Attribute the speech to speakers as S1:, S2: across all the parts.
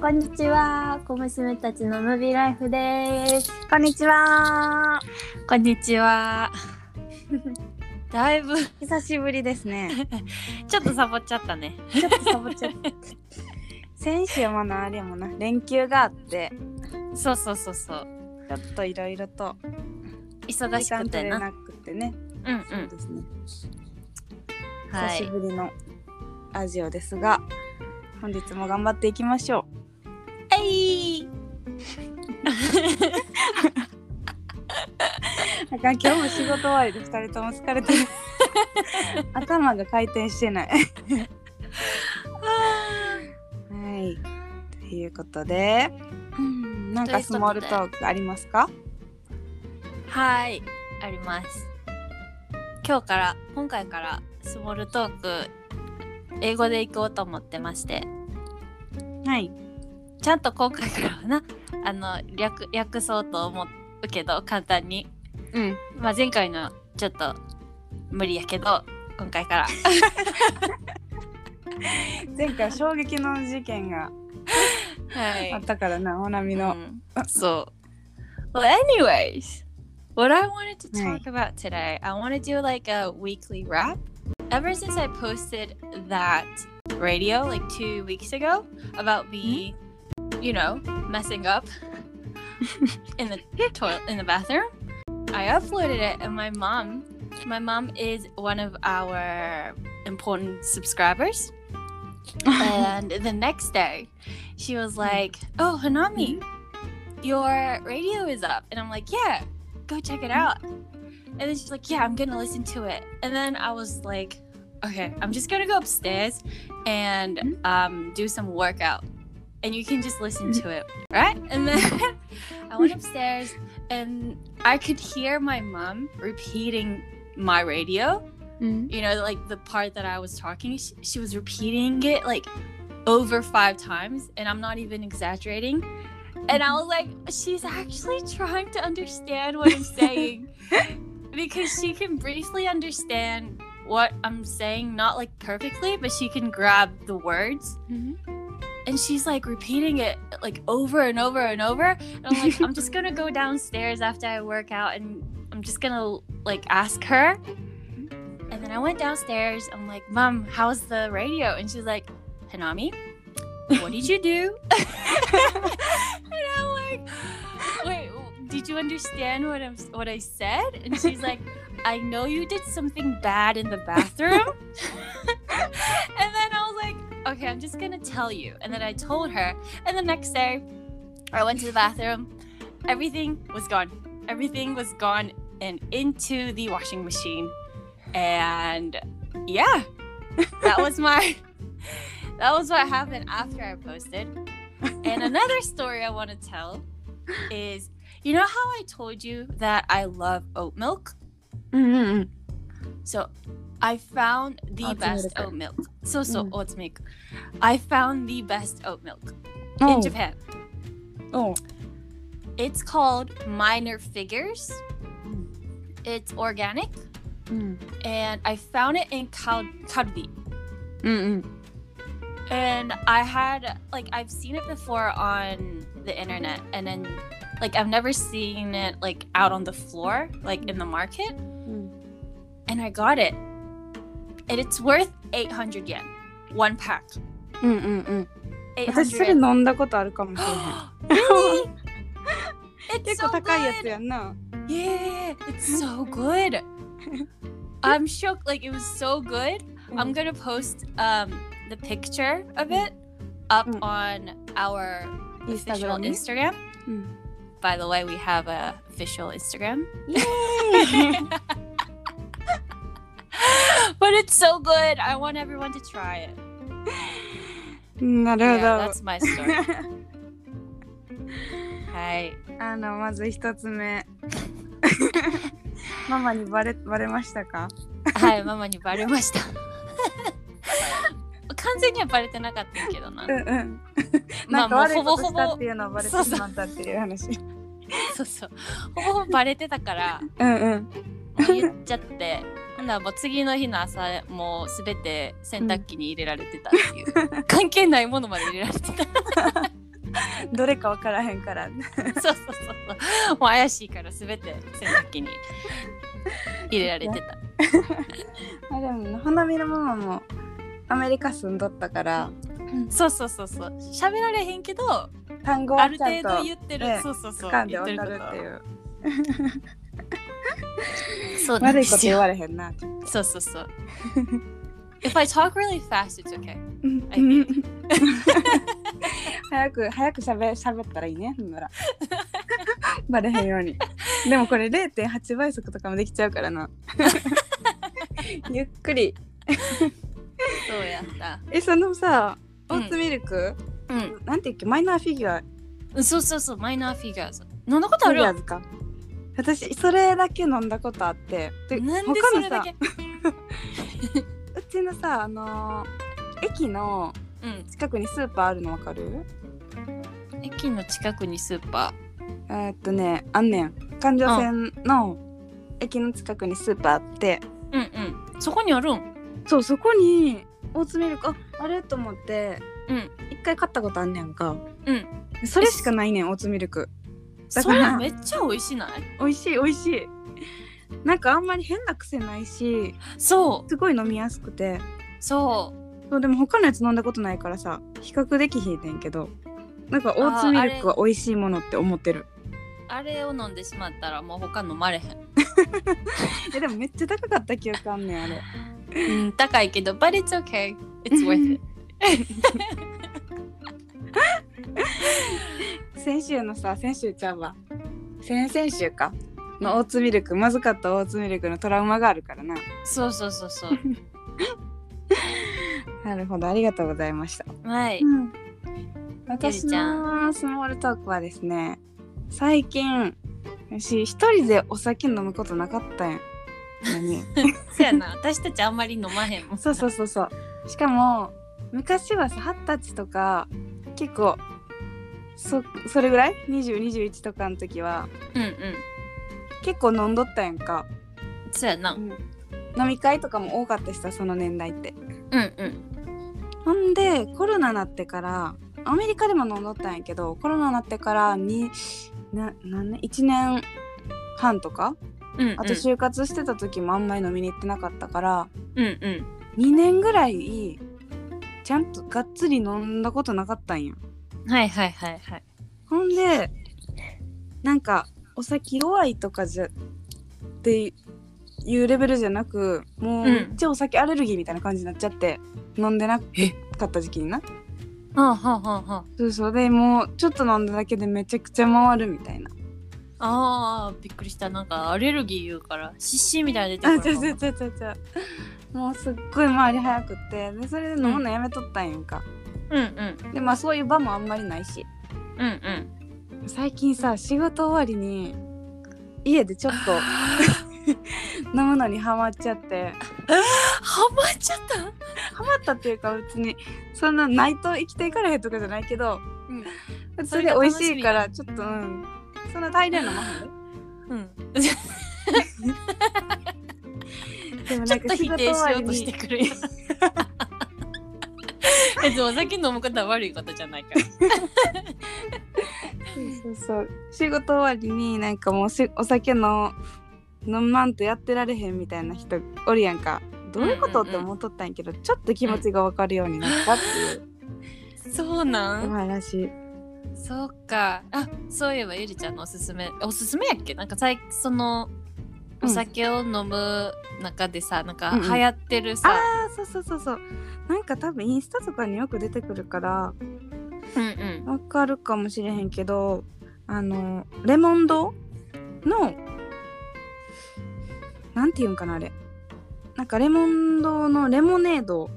S1: こんにちは。小娘たちのムービーライフです。
S2: こんにちは。
S1: こんにちは。だいぶ
S2: 久しぶりですね。
S1: ちょっとサボっちゃったね。
S2: ちょっとサボっちゃった。先週もなあれやもんな連休があって
S1: そうそうそうそう。
S2: ちょっといろいろと
S1: 忙しくて
S2: れ
S1: な。
S2: なくてね。
S1: うんう。
S2: そうんですね。
S1: は
S2: 久し
S1: い。
S2: ぶりのラジオですが、本日も頑張っていきましょ
S1: えい。
S2: う。あかん今日も仕事終わりで二人とも疲れてる。頭が回転してない。はい。ということで、うんなんかスモールトークありますか？
S1: はい。あります。今日から今回からスモールトーク英語で行こうと思ってまして、
S2: はい。
S1: ちゃんと今回からはなあの略略そうと思うけど簡単に。
S2: うん。
S1: まあ、前回のちょっと無理やけど今回から
S2: 前回衝撃の事件が
S1: は
S2: あったからな、おなみの。
S1: so well anyways what I wanted to talk about today I want to do like a weekly wrap ever since I posted that radio like two weeks ago about me you know messing up in the toilet in the bathroom I uploaded it and my mom my mom is one of our important subscribers and the next day she was like oh hanami your radio is up and i'm like yeah go check it out and then she's like yeah i'm gonna listen to it and then i was like okay i'm just gonna go upstairs and um, do some workout and you can just listen to it right and then i went upstairs and i could hear my mom repeating my radio you know like the part that i was talking she, she was repeating it like over five times and i'm not even exaggerating and i was like she's actually trying to understand what i'm saying because she can briefly understand what i'm saying not like perfectly but she can grab the words and she's like repeating it like over and over and over and i'm like i'm just gonna go downstairs after i work out and i'm just gonna like ask her and then i went downstairs i'm like mom how's the radio and she's like hanami what did you do and i'm like wait did you understand what i'm what i said and she's like i know you did something bad in the bathroom and then i was like okay, I'm just gonna tell you. And then I told her, and the next day, I went to the bathroom. Everything was gone. Everything was gone and into the washing machine. And yeah, that was my that was what happened after I posted. And another story I want to tell is you know how I told you that I love oat milk?
S2: うんうんうん。
S1: So I found the
S2: Oats
S1: best
S2: milk.
S1: oat milk. So so
S2: Mm.
S1: oats milk. I found the best oat milk
S2: お
S1: in
S2: う
S1: Japan.
S2: おう
S1: It's called Minor Figures.
S2: Mm.
S1: It's organic
S2: うん。
S1: and I found it in Kal- Kalbi.
S2: うんうん。
S1: And I had like I've seen it before on the internet and then like I've never seen it like out on the floor like in the market
S2: うん。
S1: and I got it. And it's worth 800 yen. One pack.
S2: うんうんうん。私
S1: 800
S2: それ
S1: yen.
S2: 飲んだことあるかもしれへん。
S1: really? It's
S2: 結
S1: so
S2: 構高いや
S1: good.
S2: つやんな。
S1: Yeah, it's so good. I'm shook. Like it was so good.
S2: Mm.
S1: I'm gonna post um the picture of it up
S2: Mm.
S1: on our
S2: インスタグ
S1: official
S2: ラムね。
S1: Instagram.
S2: Mm.
S1: By the way, we have a official Instagram.
S2: イエ
S1: but it's so good. I want everyone to try it.
S2: ーイな
S1: Yeah,
S2: る
S1: that's my
S2: ほ
S1: story.
S2: ど。
S1: Hi.
S2: あのまず一つ目。ママにバレバレましたか？
S1: はい、ママにバレました。完全にはバレてなかったけどな
S2: う。んうん。
S1: ま
S2: な
S1: あ、
S2: んか
S1: もう
S2: 悪い
S1: ほぼ
S2: こと
S1: ほ
S2: した
S1: ぼ
S2: って、いうのはバレてしまったっていう話。
S1: そうそう。ほぼほぼバレてたから、
S2: うんうん。
S1: もう言っちゃって。ほんならもう次の日の朝、もうす べて洗濯機に入れられてたっていう。関係ないものまで入れられてた。
S2: どれか分からへんから
S1: そうそうそうそうもう怪しいから全て洗濯機に入れられてた
S2: あでも花見のママもアメリカ住んどったから
S1: そうそうそうそう喋られへんけど
S2: 単語
S1: あ
S2: は
S1: る
S2: ちゃん
S1: 程
S2: と
S1: 度言ってる、
S2: ね
S1: そうそうそう
S2: 掴んで
S1: 言って
S2: 分
S1: る
S2: か
S1: こと
S2: るっていう
S1: そうなん
S2: 悪
S1: で
S2: いこと
S1: す
S2: 言
S1: よ
S2: われへんな
S1: そうそうそう If I talk really fast it's okay
S2: うん
S1: はい
S2: 早く早くしゃべしゃべったらいいねほんならバレへんようにでもこれ0.8倍速とかもできちゃうからなゆっくり
S1: そうやった
S2: えそのさオ
S1: うん
S2: ーツミルク、
S1: うん
S2: なんていうっけマイナーフィギュア
S1: うんそうそうそう、マイナーフィギュアーズ。飲んだことあ
S2: フィ
S1: る
S2: ギュ
S1: わ
S2: ア。ズか私それだけ飲んだことあってで
S1: なんでそれだ
S2: さ
S1: け。
S2: うちのさあのー駅の
S1: うん、
S2: 近くにスーパーあるのわかる
S1: 駅の近くにスーパ
S2: えーっとねあんねん環状線の駅の近くにスーパーあって、
S1: ー。うんうん。そこにあるん。
S2: そうそこにオーツミルクああれと思って
S1: うん。
S2: 一回買ったことあんねんか
S1: うん。
S2: それしかないねんオーツミルクだ
S1: そ
S2: か
S1: れ
S2: ら
S1: めっちゃ美味しない
S2: 美味しい美味しいなんかあんまり変な癖ないし
S1: そう。
S2: すごい飲みやすくて
S1: そう。
S2: そうでも他のやつ飲んだことないからさ比較できひんねんけどなんかオーツミルクは美味しいものって思ってる
S1: あれを飲んでしまったらもう他飲まれへん。
S2: えでもめっちゃ高かった記憶あんねんあれ
S1: うん、高いけど、but it's okay. It's worth it.
S2: 先週のさ先週ちゃうわ先々週かのオーツミルクまずかったオーツミルクのトラウマがあるからな
S1: そうそうそうそう。
S2: なるほどありがとうございました
S1: はい。
S2: うん、
S1: てる
S2: 私
S1: ちゃん
S2: のスモールトークはですね最近私一人でお酒飲むことなかったんやの に
S1: そやな、私たちあんまり飲まへんもん。
S2: そうそうそうそうしかも昔はさ二十歳とか結構そそれぐらい2021とかの時は
S1: うんうん。
S2: 結構飲んどったやんか、
S1: そやな。
S2: 飲み会とかも多かったしさその年代って
S1: うんうん。
S2: ほんでコロナなってからアメリカでも飲んどったんやけどコロナなってからにな何年1年半とか
S1: うん、うん。
S2: あと就活してた時もあんまり飲みに行ってなかったから、
S1: うんうん。
S2: 2年ぐらいちゃんとがっつり飲んだことなかったんや
S1: はいはいはいはい。
S2: ほんでなんかお酒弱いとかじゃっていうレベルじゃなくも
S1: うん
S2: うめっちゃお酒アレルギーみたいな感じになっちゃって飲んでなかった時期にな
S1: はあはあはあはあ。
S2: そうそうでもうちょっと飲んだだけでめちゃくちゃ回るみたいな
S1: ああびっくりしたなんかアレルギー言うから湿疹みたいな
S2: あ
S1: 出て
S2: ち
S1: く
S2: ゃ
S1: る
S2: ちゃちゃちゃちゃもうすっごい回り早くってでそれで飲むのやめとったんやんか、
S1: うんうん
S2: でまあそういう場もあんまりないし
S1: うんうん
S2: 最近さ仕事終わりに家でちょっと飲むのにハマっちゃって
S1: ハマっちゃった
S2: ハマったっていうか別にそんなないと生きていかれへんとかじゃないけど
S1: うん
S2: 普
S1: そ
S2: 通
S1: れ
S2: で
S1: が楽
S2: 美味
S1: し
S2: し
S1: み
S2: いからちょっとうんそんな大量飲まへんで
S1: うん
S2: でも
S1: ち
S2: な
S1: ょっ
S2: ん
S1: と
S2: か仕
S1: 否定
S2: 事終
S1: し
S2: わ
S1: よ
S2: り
S1: うとして
S2: に
S1: くるやんえでもお酒飲むことは悪いことじゃないか
S2: そうそう仕事終わりになんかもうしお酒の飲まんとやってられへんみたいな人おるやんかどういうこと、
S1: うんうんうん
S2: って思っとったんやけどちょっと気持ちが分かるようになったっていう
S1: らそうな
S2: お
S1: ん
S2: 話
S1: そうかあそういえばゆりちゃんのおすすめおすすめやっけなんか最そのお酒を飲む中でさ、なんか
S2: うんうん
S1: 流行ってるさ、
S2: あそうそうそうそうなんか多分インスタとかによく出てくるから
S1: うんうん
S2: わかるかもしれへんけどあのレモンドのなんていうんかなあれなんかレモンドのレモネード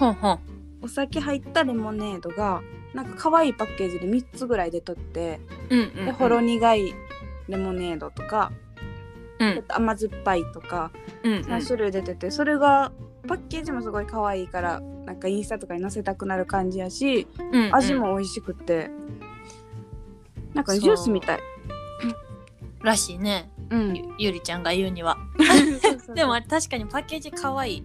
S1: ほんほん
S2: お酒入ったレモネードがなんか可愛いパッケージで3つぐらい出とって
S1: うんうん、うん、
S2: でほろ苦いレモネードとか
S1: う
S2: ちょっ
S1: ん
S2: と甘酸っぱいとか
S1: うんうん
S2: 3種類出ててそれがパッケージもすごい可愛いからなんかインスタとかに載せたくなる感じやし
S1: うんうん
S2: 味も美味しくてなんかジュースみたい。
S1: らしいね
S2: うん、
S1: ゆゆりちゃんが言うにはで
S2: で
S1: も
S2: も
S1: あれ確かにパッケージかわいい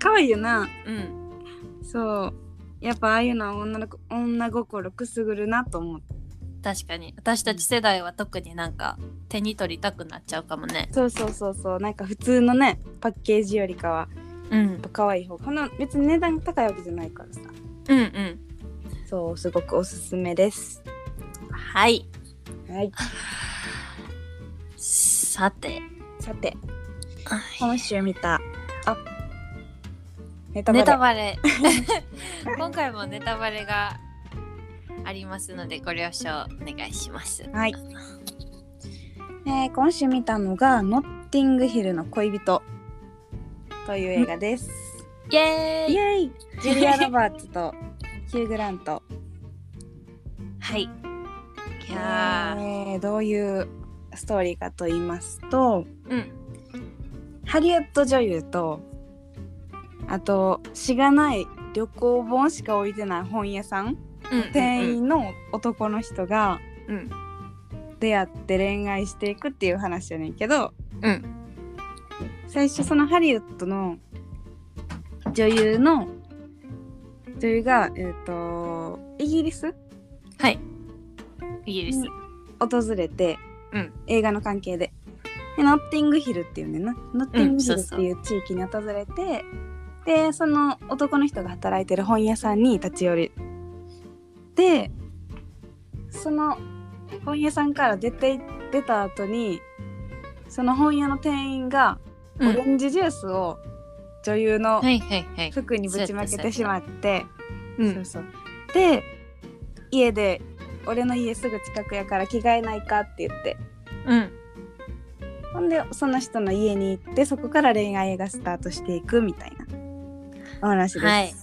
S2: 可愛いよな
S1: うん
S2: そうやっぱああいうのは女の子女心くすぐるなと思って
S1: 確かに私たち世代は特になんか手に取りたくなっちゃうかもね
S2: そうそうそうそうなんか普通のねパッケージよりかは
S1: うん
S2: やっぱ可愛い方がこの別に値段高いわけじゃないからさ
S1: うんうん
S2: そうすごくおすすめです
S1: はい
S2: はい
S1: さて
S2: さて
S1: はい
S2: 今週見たあネタバレ
S1: ネタバレ 今回もネタバレがありますのでご了承お願いします
S2: はいえー今週見たのが「ノッティングヒルの恋人」という映画です
S1: イエーイ
S2: イエーイジュ リア・ロバーツとヒュー・グラント
S1: はいいやー
S2: えーどういうストーリーかと言いますと
S1: うん
S2: ハリウッド女優とあとしがない旅行本しか置いてない本屋さん
S1: うん
S2: 店員の男の人が
S1: うん
S2: 出会って恋愛していくっていう話やねんけど
S1: うん
S2: 最初そのハリウッドの女優の女優が、えー、とイギリス
S1: はいイギリス
S2: うん訪れて、
S1: うん
S2: 映画の関係ででノッティングヒルっていうねんなノッティングヒルっていう地域に訪れて、でその男の人が働いてる本屋さんに立ち寄りでその本屋さんから出て出た後にその本屋の店員が
S1: うん
S2: オレンジジュースを女優の
S1: はいはいはい
S2: 服にぶちまけてしまって、
S1: う
S2: そうんそうで家で「俺の家すぐ近くやから着替えないか」って言って
S1: うん
S2: ほんでその人の家に行ってそこから恋愛がスタートしていくみたいなお話です、
S1: はい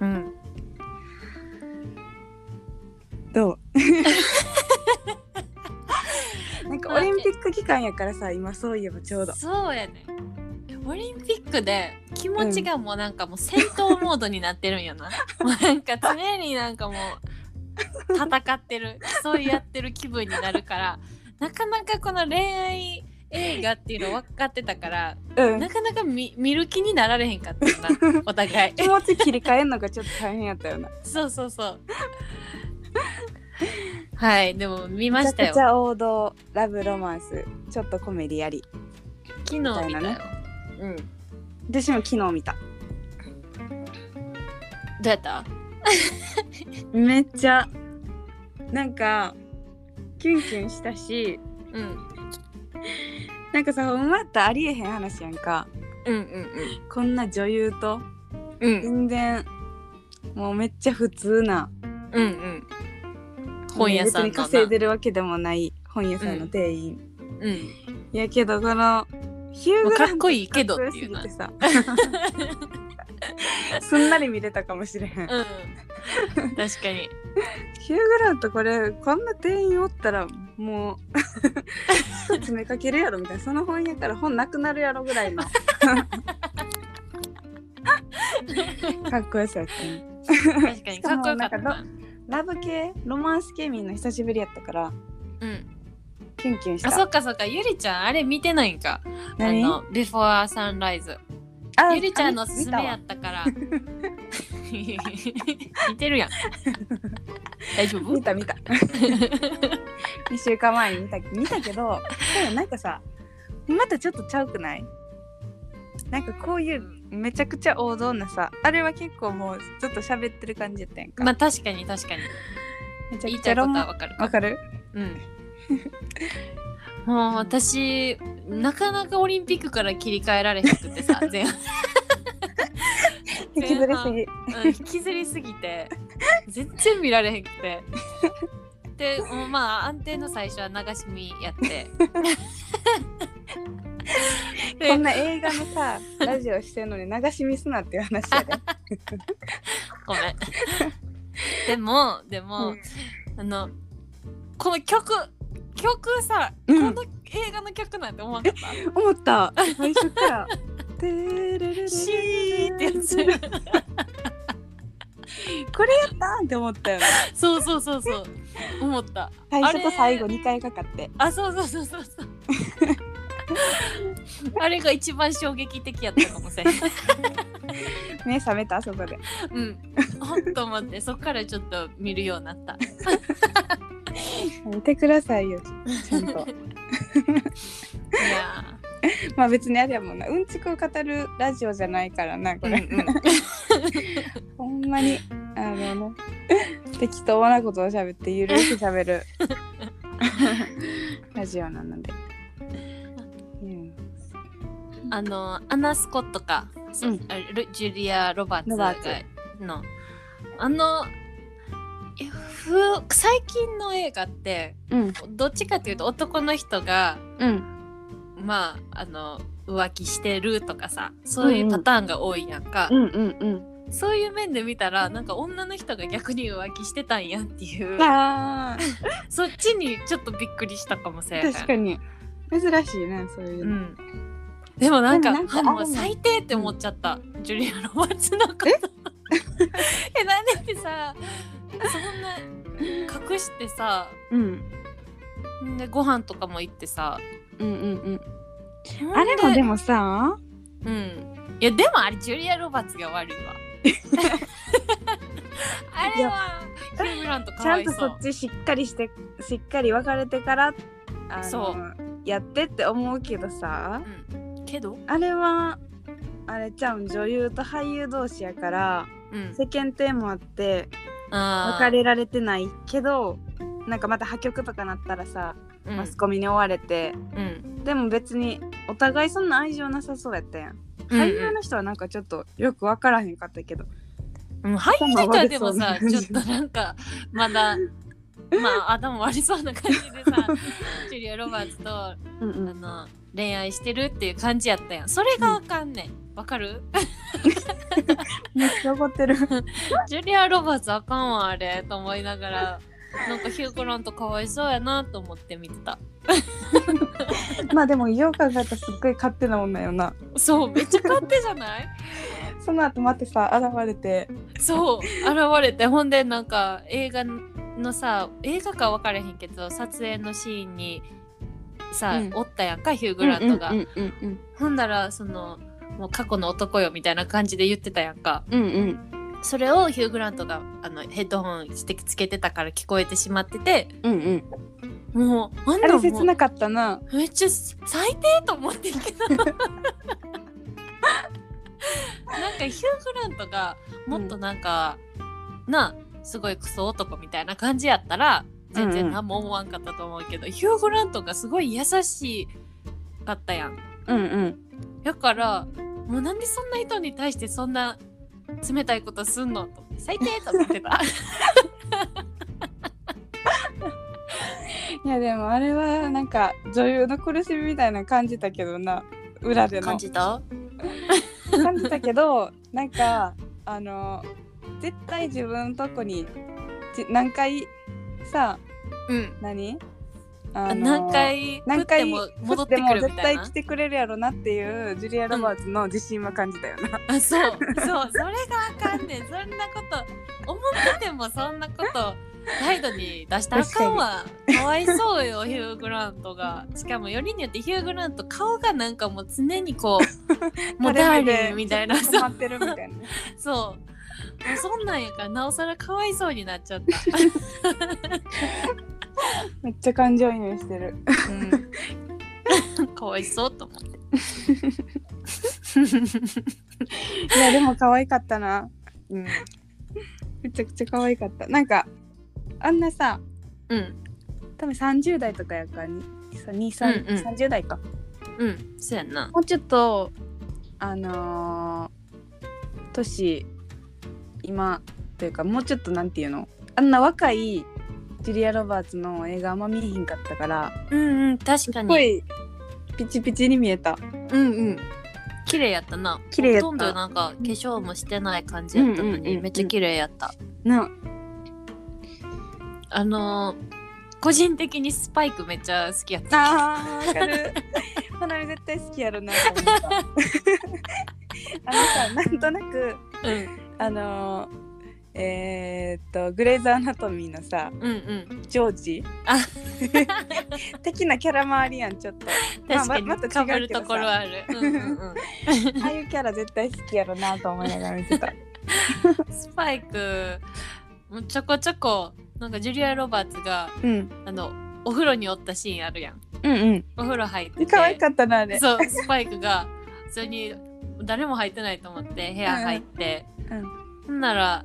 S1: うん
S2: どうなんかオリンピック期間やからさ今そういえばちょうど
S1: そうやねオリンピックで気持ちがもうなんかもう戦闘モードになってるん よな、もうなんか常になんかもう戦ってる競い合ってる気分になるからなかなかこの恋愛映画っていうの分かってたから
S2: うん
S1: なかなか見見る気になられへんかったよ なお互い
S2: 気持ち切り替えるのがちょっと大変やったよな
S1: そうそうそうはいでも見ました
S2: め
S1: よ
S2: ちゃくちゃ王道ラブロマンスちょっとコメディあり
S1: 昨日見たよ、
S2: みたいなね
S1: うんど
S2: 私も昨日見た
S1: うやった
S2: めっちゃなんかキュンキュンしたし
S1: うん
S2: なんかさほんまやったらありえへん話やんか
S1: うん
S2: こんな女優と
S1: うんうんうん
S2: 全然もうめっちゃ普通な
S1: うんうん本屋さん
S2: 別に
S1: かな
S2: 稼いでるわけでもない本屋さんの店員、
S1: うん
S2: やけどこのヒュー
S1: もう
S2: グ
S1: か
S2: ラ
S1: っ
S2: ン
S1: こいいけどって
S2: かっこよ
S1: いう
S2: すぎ
S1: な
S2: てさ すんなり見れたかもしれへん、ヒュー
S1: うん確かに
S2: グラントこれこんな店員おったらもう 詰めかけるやろみたいなその本屋から本なくなるやろぐらいのかっこよさやったね
S1: 確 かにかっこよかった
S2: しかもな
S1: な
S2: ラブ系ロマンス系みんな久しぶりやったから
S1: うん
S2: キュンキュンし
S1: あそったかそっかゆりちゃんあれ見てないんかあ
S2: 何
S1: の「Before Sunrise」
S2: あ
S1: ゆりちゃんのおすすめや
S2: あ
S1: ったから似てるやん大丈夫
S2: 見た 見た見た2週間前に見た見たけどでもなんかさまたちょっとちゃうくないなんかこういうめちゃくちゃ王道なさあれは結構もうちょっと喋ってる感じやったやんか、
S1: まあ確かに確かに
S2: めちゃ
S1: 言い
S2: く
S1: た
S2: ちゃ
S1: いこ
S2: ロ
S1: と
S2: マ
S1: は
S2: ン
S1: わかる
S2: わかる
S1: うんもう私なかなかオリンピックから切り替えられへんくて さ前半
S2: 引きずりすぎ
S1: うん引きずりすぎて全然見られへんくてでもうまあ安定の最初は流し見やって
S2: こ
S1: で
S2: んな映画のさラジオしてんのに流し見すなっていう話やで、
S1: ごめんでもでも、あのこの曲曲さ、
S2: うん
S1: この映画の曲なんて思わなかった
S2: 思った最初から「てれれれれれ
S1: シーってやつ
S2: これやったんって思ったよね
S1: そうそうそうそう思った
S2: 最初と最後
S1: あれ
S2: 2回かかって
S1: あそうそうそうそう そうあれが一番衝撃的やったかもしれん
S2: 目覚めたあそこで
S1: うんおっと思ってそっからちょっと見るようになった
S2: 見てくださいよちゃんと
S1: いや
S2: まあ別にあれやもんなうんちくを語るラジオじゃないからなこれ、
S1: うんうん
S2: ほんまにあのね適当なことを喋ってゆるく喋 るラジオなので、うん、
S1: ーあのアナ・スコットか、そ
S2: うん
S1: あルジュリア・ロバーツ
S2: ロ
S1: が
S2: バー
S1: のあのえふ最近の映画って
S2: うん
S1: どっちかっていうと男の人が
S2: うん
S1: まああの浮気してるとかさそういうパターンが多いやんか、
S2: うんうんうん
S1: そういう面で見たらなんか女の人が逆に浮気してたんやっていう
S2: あー
S1: そっちにちょっとびっくりしたかもしれない
S2: 確かに珍しいねそうい
S1: う
S2: うの、
S1: ん、でもなんか
S2: でもなんか
S1: あも
S2: あ
S1: う
S2: るの
S1: 最低って思っちゃった、ジュリア・ロバーツのこと えなんでってさそんな隠してさ
S2: うん、
S1: でご飯とかも行ってさ
S2: うんうんうんあれもでもさ
S1: うんいやでもあれジュリア・ロバーツが悪い わあれはヒュー・グラント
S2: ち
S1: か
S2: ゃ
S1: わ
S2: ん
S1: い
S2: と
S1: そ
S2: そうっちしっかりしてしっかり別れてからあの
S1: そ
S2: やってって思うけどさ
S1: うん、けど
S2: あれはあれちゃうん女優と俳優同士やから
S1: うん
S2: 世間体もあって
S1: あー
S2: 別れられてないけどなんかまた破局とかなったらさ
S1: うん
S2: マスコミに追われて、
S1: うん
S2: でも別にお互いそんな愛情なさそうやったやん、
S1: うん
S2: 俳優の人はなんかちょっとよく分からへんかったけど
S1: うん俳優の人はでもさ
S2: 頭
S1: ちょ
S2: 悪そう
S1: っとなんかまだまあ頭悪そうな感じで さジュリア・ロバーツとあ
S2: うんうん
S1: の恋愛してるっていう感じやったやんそれがわかんねんわかる
S2: めっちゃ怒ってる
S1: ジュリア・ロバーツあかんわあれと思いながらなんかヒュー・グラントかわいそうやなと思って見てた
S2: まあでもよう考えたらすっごい勝手なもんだよな
S1: そうめっちゃ勝手じゃない
S2: その後待ってさ現れて
S1: そう現れてほんでなんか映画のさ映画か分からへんけど撮影のシーンにさ、
S2: うん
S1: おったやんかヒュー・グラントが、
S2: うんうんうん
S1: ほんだらそのもう過去の男よみたいな感じで言ってたやんか
S2: うんうん
S1: それをヒュー・グラントがあのヘッドホンしてつけてたから聞こえてしまってて
S2: うんうん
S1: もうあん
S2: あ
S1: な
S2: れ
S1: んも
S2: 切なかったな
S1: うめっちゃ最低と思ってんけど なんかヒュー・グラントがもっとなんか、なすごいクソ男みたいな感じやったら全
S2: うんう
S1: 然
S2: ん
S1: 何も思わんかったと思うけど、ヒュー・グラントがすごい優しかったやん。
S2: うんうん
S1: だからもうなんでそんな人に対してそんな冷たいことすんのと最低と思 ってた
S2: いやでもあれはなんか女優の苦しみみたいなの感じたけどな裏での
S1: 感じた
S2: 感じたけどなんかあの絶対自分のとこにじ何回さ
S1: うん
S2: 何
S1: あ
S2: あの
S1: 何回振
S2: 何
S1: って
S2: 回
S1: も戻っ
S2: 振ってて
S1: く
S2: も
S1: るみ
S2: 絶
S1: たい
S2: 対
S1: な
S2: 来てくれるやろなっていうジュリア・ロバーツの自信は感じたよな、
S1: あそうそうそれがあかんねんそんなこと思っててもそんなこと態度に出したらあかんわかわいそうよヒュー・グラントがしかもよりによってヒュー・グラント顔がなんかもう常にこ う もうダーリンみたいな
S2: ちょっと止まってるみたいな
S1: そう。もうそんなんやからなおさらかわいそうになっちゃった。
S2: めっちゃ感情移入してる
S1: かわいそうと思って。
S2: いやでも可愛かったな
S1: うん。
S2: めちゃくちゃ可愛かったなんかあんなさ
S1: うん。
S2: 多分30代とかやからにさ2三
S1: うんうん
S2: 30代か
S1: うん。そうやんな。
S2: もうちょっとあのー、年今というかもうちょっとなんていうのあんな若いジュリア・ロバーツの映画あんま見えへんかったから
S1: うんうん。確か
S2: すご
S1: に。
S2: いピチピチに見えた
S1: うんうん。綺麗やったな。
S2: 綺麗やった
S1: ほとんどなんか化粧もしてない感じやったの
S2: うんうんうん
S1: に、
S2: うん
S1: めっちゃ綺麗やった。
S2: な
S1: あのー、個人的にスパイクめっちゃ好きやった。
S2: あーわかる 花見絶対好きやろなと思った あのさなんとなく
S1: うん。
S2: あのー、えー、っとグレイズ・アナトミーのさ
S1: うんうん。
S2: ジョージ
S1: あ
S2: 的なキャラ周りやんちょっとまあ
S1: 確かに、
S2: ままた違うけど
S1: かぶると
S2: さ
S1: ころある。うんうんうん。
S2: ああいうキャラ絶対好きやろなと思いながら見てた
S1: スパイクもうちょこちょこなんかジュリア・ロバーツが
S2: うん
S1: あのお風呂におったシーンあるやん
S2: うん
S1: お風呂入って
S2: うん
S1: て
S2: 可愛かったなあれ
S1: そうスパイクが普通に誰も入ってないと思って部屋入って、
S2: うん
S1: ほんなら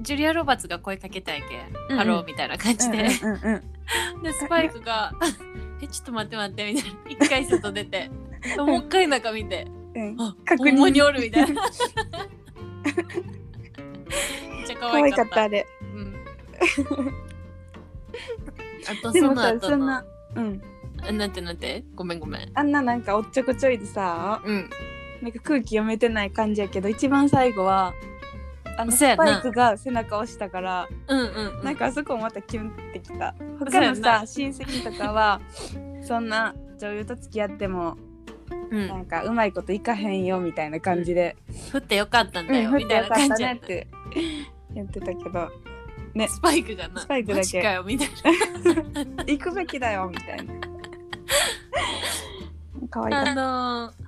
S1: ジュリア・ロバーツが声かけたいけ、
S2: うん
S1: ハローみたいな感じで、
S2: うんうんうん
S1: でスパイクが 「えちょっと待って待って」みたいな一回外出てでもう一回中見て
S2: うんう
S1: 「
S2: ん
S1: あ
S2: 確認
S1: ほんまにおる」みたい なめっちゃ可
S2: 可愛
S1: 愛
S2: か
S1: か
S2: っ
S1: ったた
S2: あれ
S1: うん、あと
S2: で
S1: そ
S2: も
S1: の
S2: さ
S1: 後
S2: そん
S1: の
S2: なうん
S1: あなんてなんてごめんごめん
S2: あんななんかおっちょこちょいでさ
S1: うん
S2: なんか空気読めてない感じやけど一番最後はあのス
S1: そうやな
S2: パイクが背中を押したから
S1: うんうん、うん、
S2: なんかあそこまたキュンってきた
S1: そう
S2: 他
S1: や
S2: の
S1: な
S2: さ親戚とかはそんな女優と付き合っても
S1: うん
S2: なんかうまいこといかへんよみたいな感じで
S1: 降ってよかったん
S2: う
S1: だよ、
S2: ん振
S1: み
S2: って
S1: たい
S2: よ
S1: な
S2: かっ
S1: 感
S2: た
S1: じや
S2: ね
S1: っ
S2: ったて言ってたけどね
S1: スパイクがな
S2: スパイクだけ
S1: マジかよみたい
S2: 行くべきだよみたいな可愛かっ
S1: なあ
S2: た
S1: のー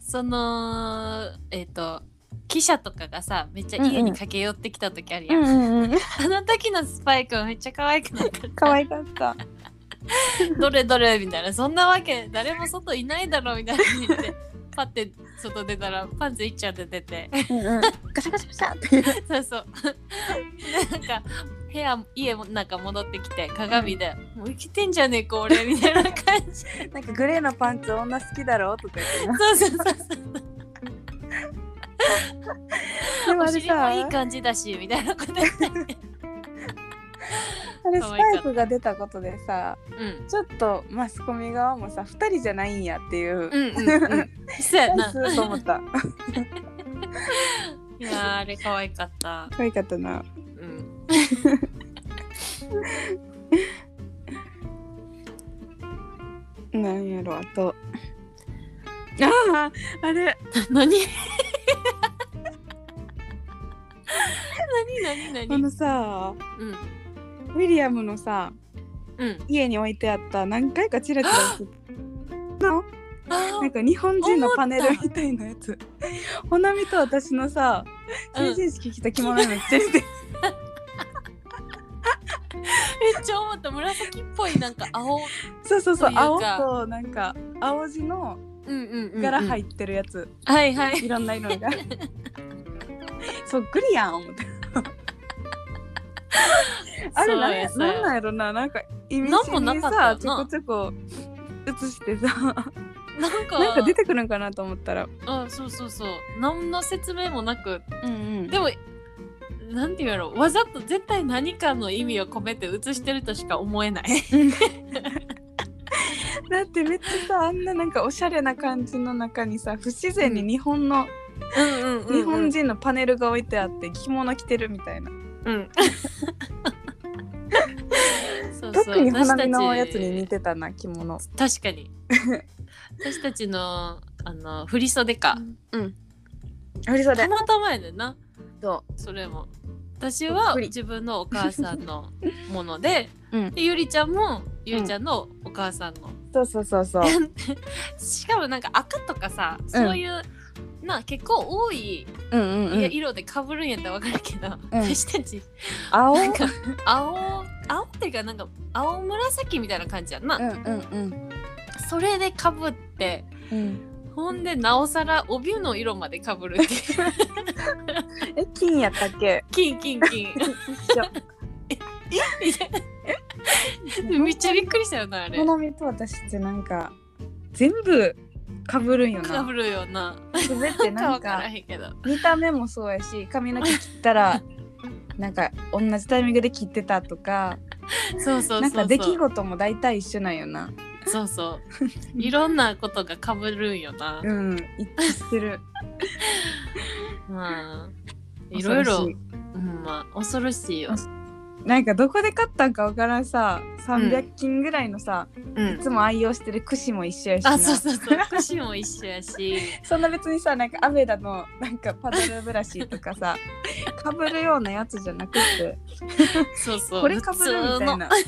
S1: そのえっ、と記者とかがさめっちゃ家に駆け寄ってきた時あるや、
S2: うんんうんうん
S1: あの時のスパイクはめっちゃ可愛くな かっ
S2: 可愛かった
S1: たどれどれみたいなそんなわけ誰も外いないだろみたいに言ってパッて外出たらパンツいっちゃって出て
S2: うんうんガシャガシャガシャって
S1: そうそうでなんか部屋家もなんか戻ってきて鏡で「もう生きてんじゃねえか俺」みたいな感 じ
S2: なんかグレーのパンツ女好きだろとか言ってな
S1: そうそうそう
S2: でも
S1: お
S2: あれ
S1: 尻も
S2: さ
S1: いい感じだしみたいなことで
S2: あれスパイクが出たことでさ
S1: うん
S2: ちょっとマスコミ側もさ2人じゃないんやってい
S1: うんう
S2: う、
S1: んうんそうやな
S2: そうと思った
S1: いやーあれ可愛かった
S2: 可愛かったな
S1: うん
S2: なんやろあとあ ああれ
S1: 何 何何何
S2: あのさ
S1: うん
S2: ウィリアムのさ
S1: うん
S2: 家に置いてあった何回かチラチラ映っ
S1: あ
S2: なんか日本人のパネルみたいなや つほなみと私のさ
S1: ー、う
S2: 成
S1: ん、め
S2: 人式着た着物めっちゃ似てる
S1: っちゃ思った紫っぽいなんか青
S2: そうそう
S1: そ
S2: そう
S1: うい
S2: 青
S1: うか
S2: となんか青地の
S1: うんうんうん
S2: 柄入
S1: っ
S2: ってるやつ、
S1: てはいはい
S2: いろんな色 がそっくりやん思ってあれなんや
S1: そうや
S2: なんなんやろななんかイメ
S1: なん
S2: ー
S1: も
S2: ジに
S1: なかったよ
S2: さ
S1: な
S2: ちょこちょこ映してさ
S1: なんか
S2: なんか出てくるんかなと思ったら
S1: あそうそうそう何の説明もなく
S2: うんうん
S1: でもなんていうやろわざと絶対何かの意味を込めて写してるとしか思えない
S2: だってめっちゃさあんななんかおしゃれな感じの中にさ不自然に日本の、
S1: うんうんうんうん
S2: 日本人のパネルが置いてあって着物着てるみたいな
S1: うん。そうそう
S2: 特に花見のやつに似
S1: 私
S2: てたな着物
S1: たち確かに。私たちのあの振り袖か。
S2: うん振り袖
S1: たまたまやねんな。
S2: そ
S1: それも。私
S2: そっ
S1: は
S2: くり
S1: 自分のお母さんのもので、
S2: うん
S1: でゆりちゃんもゆりちゃんのお母さんの。
S2: うそうそうそう
S1: しかもなんか赤とかさ、そういう。な結構多い
S2: うんうんう
S1: いや
S2: ん
S1: 色でかぶるんやったらわかるけど、
S2: うん
S1: 私たち
S2: 青
S1: なんか青青っていうかなんか青紫みたいな感じやんな、
S2: うんうん
S1: それでかぶって
S2: うん
S1: ほんでなおさら帯の色までかぶるっていう
S2: え金やったっけ
S1: キンキンキン
S2: 一緒
S1: めっちゃびっくりしたよなあれ
S2: 花見と私ってなんか全部かぶるんよ
S1: か
S2: な
S1: ぶるよな
S2: 全
S1: な
S2: て
S1: んか
S2: なん
S1: わから
S2: か
S1: へんけど
S2: 見た目もそうやし髪の毛切ったらなんか同じタイミングで切ってたとか
S1: そうそうそうそう
S2: なんか出来事も大体一緒なんよな
S1: そうそういろんなことがかぶるんよな
S2: う、ん一致してる
S1: まあ いろい
S2: 恐
S1: ろ
S2: しい
S1: うんまあ恐ろしいよ、
S2: なんかどこで買ったんかわからんさ300均ぐらいのさ、
S1: うん
S2: いつも愛用してる櫛も一緒やしな
S1: あそうそうそう串も一緒やし
S2: そんな別にさなんかアベダのなんかパドルブラシとか さかぶるようなやつじゃなくて
S1: そうそう
S2: これかぶるみたいな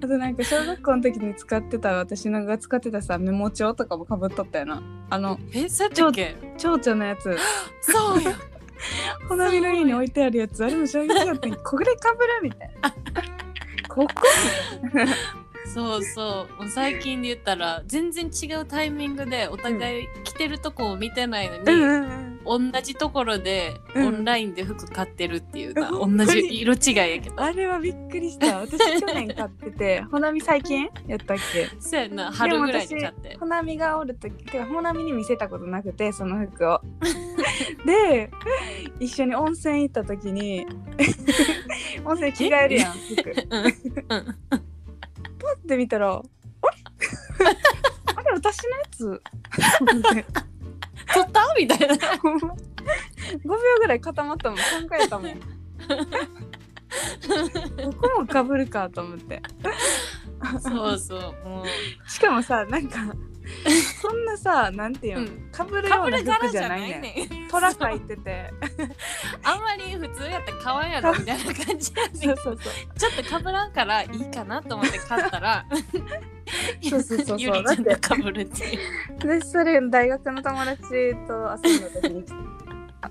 S2: あとなんか小学校の時に使ってた私のが使ってたさメモ帳とかもかぶっとったよなあの
S1: えそうやったっけ
S2: 蝶々のや つ
S1: そうや
S2: 花火の家に置いてあるやつあれも衝撃 だったんやこれかぶるみたい なここ
S1: そうそうもう最近で言ったら全然違うタイミングでお互い着てるとこを見てないのに、
S2: うん
S1: 同じところでオ
S2: うん
S1: ンラインで服買ってるっていうな、
S2: うん
S1: 同じ色違いやけど
S2: あれはびっくりした私去年買ってて花見最近やったっけ
S1: そうやな春ぐらいに買って
S2: 花見がおる時てか花見に見せたことなくてその服 をで一緒に温泉行った時 に温泉着替えるやん服
S1: うんうん
S2: パッて見たらあれあれ私のや つ
S1: 取ったみたいな
S2: ほんま5秒ぐらい固まったもん考えたも んここもかぶるかと思って
S1: そうそう もう
S2: しかもさなんかそんなさなんていう
S1: う
S2: の
S1: ん
S2: かぶるよ
S1: か
S2: う
S1: ぶ
S2: な
S1: る柄
S2: 服
S1: じ
S2: じ
S1: ゃ
S2: ゃ
S1: な
S2: ないい
S1: ね
S2: ねん
S1: ん
S2: 虎入ってて
S1: あんまり普通やったら買わんやろみたいな感じやねんけ
S2: そ
S1: ど
S2: うそうそう
S1: ちょっとかぶらんからいいかなと思って買った ら
S2: そうそうそうそう
S1: ゆりちゃんとかぶるっていう
S2: でそれ大学の友達と遊んだ時にあ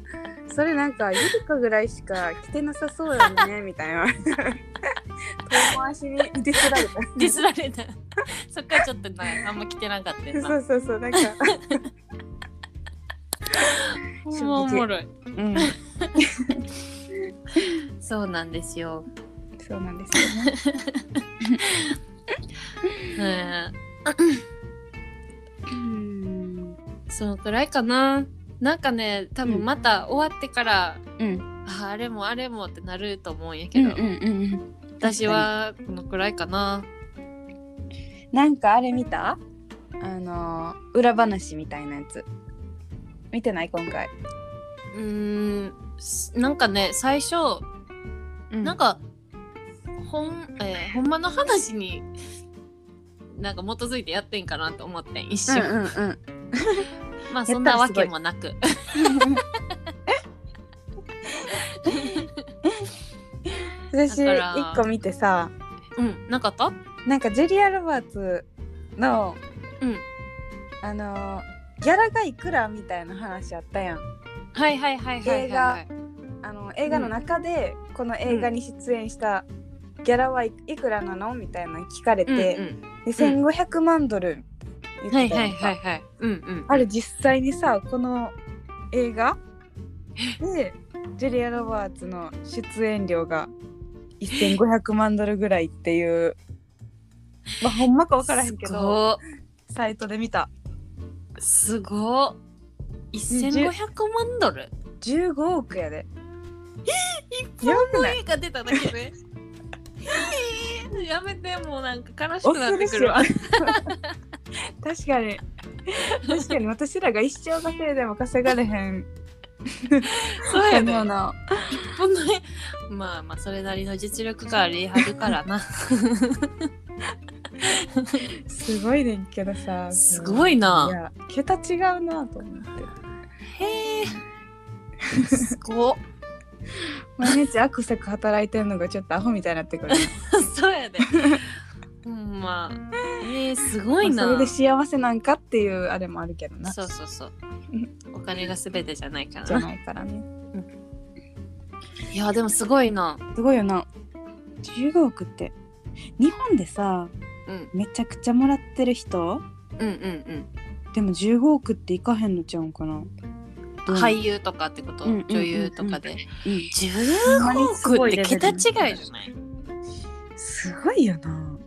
S2: それなんかゆりかぐらいしか着てなさそうやねみたいな遠回しにディスられた
S1: ディスられたそっからちょっとなあんま着てなかったよな
S2: そうそうそうなんか
S1: ほんまおもろい
S2: うん
S1: そうなんですよ
S2: そうなんですよね
S1: うん
S2: うん
S1: そのくらいかななんかね多分また終わってから、
S2: うん
S1: ああれもあれもってなると思うんやけど、
S2: うん
S1: 私はこのくらいかな
S2: なんかあれ見たあの裏話みたいなやつ見てない今回、
S1: うーんすなんかね最初なんか本、えーほんまの話になんか基づいてやってんかなと思ってん一
S2: うん
S1: 瞬、
S2: うんうん
S1: まあ
S2: たら
S1: そんなわけもなく
S2: 私
S1: だから
S2: 一個見てさ
S1: うんなかった
S2: なんかジェリア・ロバーツの
S1: うん
S2: あのギャラがいくらみたいな話あったやん
S1: はいはいはいはいはい、はい、
S2: あの映画の中で、この映画に出演したギャラはいいくらなのみたいなの聞かれて、
S1: うんうん
S2: で1500万ドル言っ
S1: はい
S2: て
S1: は
S2: たや
S1: い
S2: んか
S1: はいはいうんうん
S2: あれ実際にさこの映画でジェリア・ロバーツの出演料が1500万ドルぐらいっていうまあほんまか分からへんけどサイトで見た
S1: すごいすごい1500万ドル
S2: 15億やで
S1: 一本の絵が出ただけでえーやめてもうなんか悲しくなってくるわ
S2: 恐ろしいわ確かに確かに私らが一生稼いでも稼がれへん
S1: そうやね
S2: もの
S1: 一本の絵まあまあそれなりの実力がありはるからな
S2: すごいねんけどさ
S1: すごいない
S2: や桁違うなと思って
S1: へえ。すごっ。
S2: 毎日アクセク働いてんのがちょっとアホみたいになって くる。
S1: そうやで。ほんま。えー、すごい
S2: まあ
S1: な。
S2: それで幸せなんかっていうあれもあるけどな。
S1: そうそうそう
S2: うん。
S1: お金が全てじゃないか
S2: じゃ
S1: らな。
S2: ないからね。
S1: いや、でもすごいな。
S2: すごいよな。15億って日本でさ
S1: うん。
S2: めちゃくちゃもらってる人
S1: うんうん
S2: でも15億っていかへんのちゃうんかな。
S1: う。
S2: うんん
S1: 俳優とかってこと、
S2: うんうんうんうん
S1: 女優とかで。
S2: うん、
S1: 15億って桁違いじゃない、
S2: すごいよな。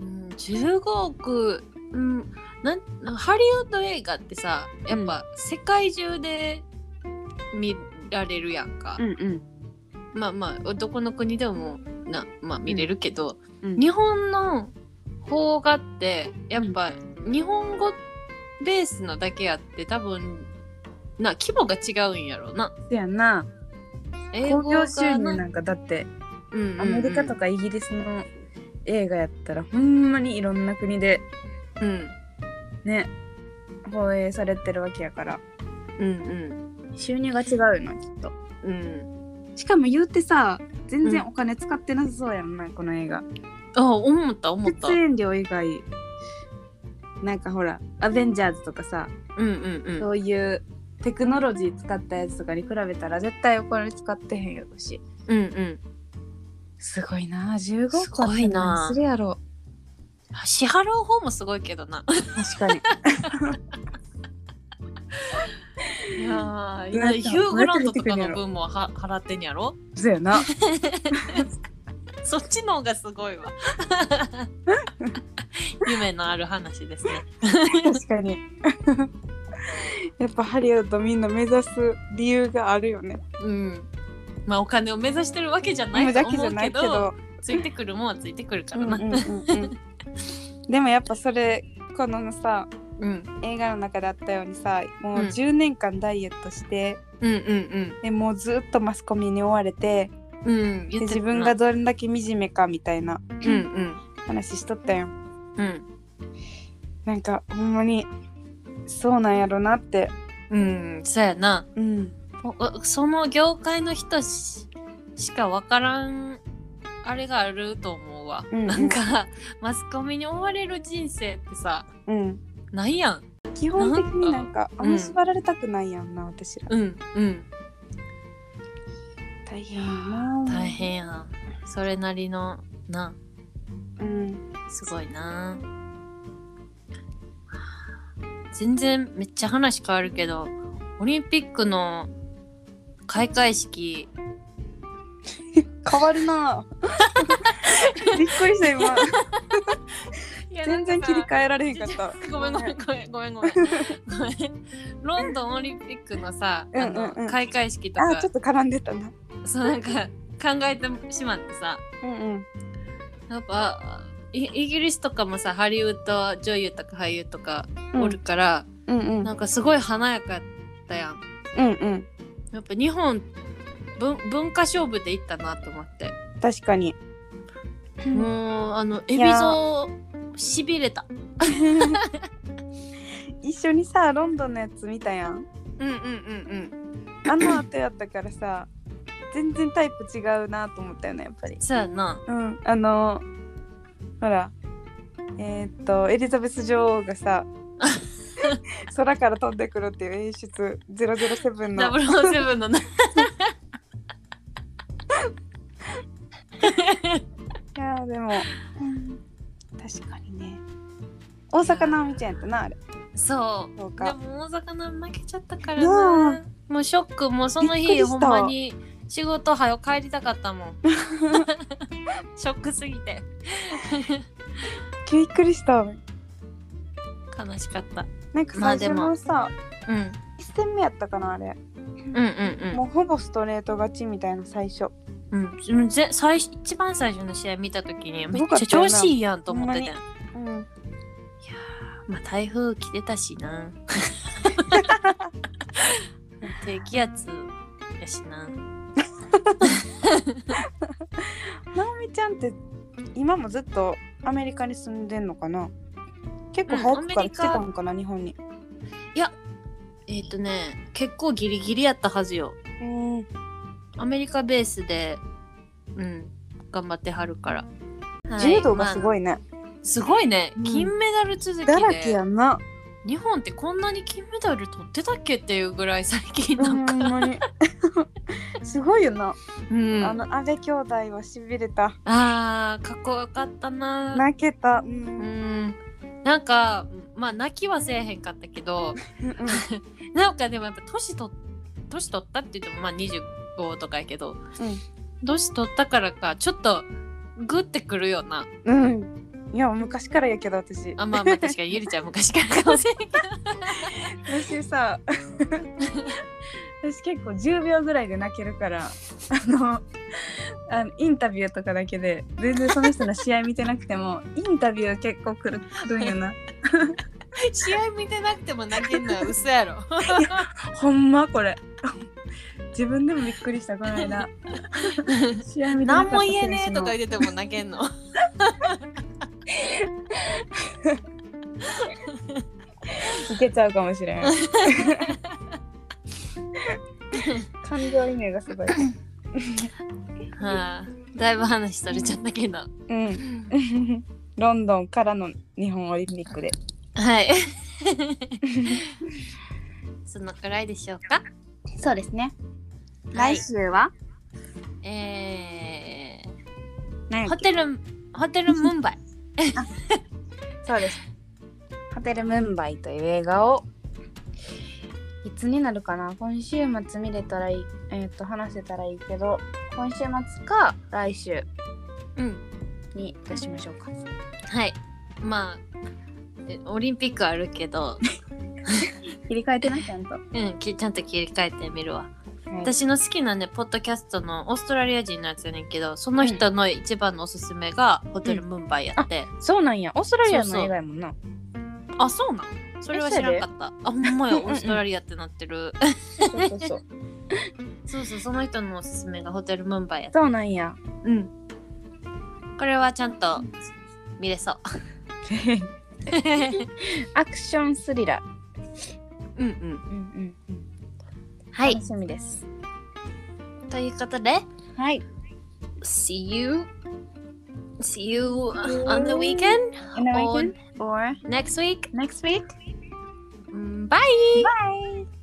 S1: うん、?15 億。うん、なんハリウッド映画ってさやっぱ世界中で見られるやんか、
S2: んうん
S1: まあまあどこの国でもな、まあ、見れるけど、
S2: うん
S1: 日本の邦画ってやっぱ日本語ベースのだけあって多分な規模が違うんやろうな
S2: そやな。
S1: 英
S2: 興
S1: 語が
S2: 行収入なんかだって
S1: うんうんうん
S2: アメリカとかイギリスの映画やったらほんまにいろんな国で
S1: うん
S2: ね放映されてるわけやから
S1: うん
S2: 収入が違うよなきっと
S1: うんうん
S2: しかも言うてさ全然お金使ってなさそうやんな、この映画
S1: あ思った思った
S2: 出演料以外なんかほら「アベンジャーズ」とかさ、
S1: うんうんうん
S2: そういうテクノロジー使ったやつとかに比べたら絶対お金使ってへんやろし
S1: うんうん
S2: すごいな15億
S1: すごいな
S2: あったりするやろ
S1: 支払う方もすごいけどな
S2: 確かに
S1: い や
S2: どうやった
S1: ーヒュー・グラントとかの分もは払ってんやろ
S2: そうやな
S1: そっちの方がすごい わ夢のある話ですね
S2: 確かに やっぱハリウッドみんな目指す理由があるよね
S1: うんまあお金を目指してるわけじゃな
S2: 今
S1: いと
S2: だけじ
S1: 思
S2: ゃ
S1: う
S2: な
S1: け
S2: いけ
S1: ど
S2: ど
S1: ついてくるもんはついてくるか
S2: うん
S1: ら
S2: うん
S1: な
S2: うんうんでもやっぱそれこのさ
S1: うん
S2: 映画の中であったようにさもううん10年間ダイエットして、
S1: うんうん
S2: でもうずっとマスコミに追われて
S1: うんうん
S2: で
S1: 言って
S2: 自
S1: るな
S2: 分がどれだけ惨めかみたいな
S1: うんうん
S2: 話しとったよ
S1: うん
S2: なんかほんまにそうなんやろなって
S1: うんそうやな
S2: うん
S1: おその業界の人ししか分からんあれがあると思うわ、
S2: うんうん
S1: なんかマスコミに追われる人生ってさ
S2: うん
S1: ないやん
S2: 基本的になんかあ
S1: うん
S2: んま縛られたくないやんな私ら
S1: うんうん
S2: 大変やな
S1: 大変やんそれなりのな
S2: うん
S1: すごいな全然めっちゃ話変わるけどオリンピックの開会式
S2: 変わるな びっくりした今全然切り替えられへんかった
S1: ごめんごめんごめんごめんごめ んごめんロンドンオリンピックのさあの、
S2: うんうんうん
S1: 開会式と
S2: あ
S1: か
S2: ちょっと絡んでたな
S1: そうなんか考えてしまってさ
S2: うんうん
S1: やっぱイイギリスとかもさハリウッド女優とか俳優とかおるから、
S2: うんうん
S1: なんかすごい華やかやったやん
S2: うんうん
S1: やっぱ日本文文化勝負でいったなと思って、
S2: 確かに
S1: もうあの
S2: い
S1: 海
S2: や
S1: 老蔵しびれた
S2: 一緒にさロンドンのやつ見たやん
S1: うんうんうん
S2: あの後やったからさ全然タイプ違うなと思ったよねやっぱり
S1: うんそうやな
S2: うんあのほらえーっとエリザベス女王 がさ空から飛んでくるっていう演出007の
S1: 007のな
S2: いやーでも、確かにね大阪なおみちゃんやったなあれ
S1: そう
S2: そう
S1: で
S2: か
S1: も大阪の負けちゃったから
S2: な
S1: なもうショックもうその
S2: びっく
S1: 日
S2: りし
S1: ほん
S2: た
S1: まに仕事はよ帰りたかった もんショックすぎて
S2: びっくりした
S1: 悲しかった、
S2: なんか
S1: まあ
S2: 最初のさ、
S1: うん、
S2: 1戦目やったかなあれ、
S1: うんうん
S2: もうほぼストレート勝ちみたいな最初
S1: うんうんうんぜ最初一番最初の試合見た時にめっ
S2: すごかっ
S1: ち
S2: た
S1: ゃ
S2: よな
S1: 調子いいやんと思っててい
S2: ほ
S1: や
S2: うん
S1: ーまあ台風来てたし な低気圧やしな
S2: なおみちゃんって今もずっとアメリカに住んでんのかな結構早くから来てたのかな、日本に
S1: えっ、とね結構ギリギリやったはずよ
S2: うん
S1: アメリカベースで、うん、頑張ってはるから。
S2: 柔道がすご
S1: い。
S2: いね、
S1: まあすごいね
S2: う。ん
S1: 金メダル続き
S2: だらけ
S1: で、
S2: やんな
S1: 日本ってこんなに金メダル取ってたっけっていうぐらい最近
S2: ほ
S1: なんんか、
S2: まに すごいよな、
S1: うん、
S2: あの阿部兄弟はしびれた
S1: あーかっこよかったな。
S2: 泣けたう
S1: うんん。なんか、まあ泣きはせえへんかったけど、
S2: うんうん
S1: なんかでもやっぱ年取っ年取ったって言ってもまあ25とかやけど、年取ったからか、ちょっとグってくるよな。
S2: うん。いや、昔からやけど、私。
S1: あまあまあ確かにゆりちゃん昔からかもしれんけど
S2: 私さ、私結構10秒ぐらいで泣けるから、あの、あのインタビューとかだけで、全然その人の試合見てなくても、インタビュー結構来る来るん よな。
S1: 試合見てなくても泣けんのは嘘や ろ
S2: ほんま、これ。自分でもびっくりした、この間。試合見てなか
S1: 何
S2: った
S1: も言えねえとか
S2: 選
S1: 言ってても泣けん の
S2: 手のいけちゃうかも しれん。感情移入がすごい。
S1: はあ、だいぶ話されちゃったけど。
S2: うん。 ロンドンからの日本オリンピックで。
S1: はい。そのくらいでしょうか。
S2: そうですね。
S1: はい
S2: 来週は、
S1: えー、
S2: 何や
S1: ホ
S2: っけ
S1: テル、ホテルムンバイ。
S2: そうです。ホテルムンバイという映画をいつになるかな今週末見れたらいい、えっと話せたらいいけど今週末か来週
S1: うん。
S2: に出しましょうか。
S1: はい。まあ、えオリンピックあるけ ど、
S2: 切り替えてなちゃんと。はい
S1: うん、きちゃんと切り替えてみるわ。私の好きなね、ポッドキャストのオーストラリア人のやつやねんけど、その人の一番のおすすめがホテルムンバイやって。
S2: そうなんやオーストラリア
S1: そうそ
S2: の
S1: う
S2: 映画やもんな。
S1: あ、そうなんそれは知らんかった。あ、ほんまや、オーストラリアってなって る。
S2: そうそう そう。
S1: そうそう、その人のおすすめがホテルムンバイやって。
S2: そうなんや。
S1: うん。これはちゃんと見れそう。
S2: アクションスリラー。
S1: うんうん。
S2: うんうんうん。
S1: はい
S2: 楽。しみです。
S1: ということで、
S2: はい。
S1: See you. See you on the weekend
S2: In a weekend or
S1: next week.
S2: next week.
S1: Mm, Bye.
S2: Bye.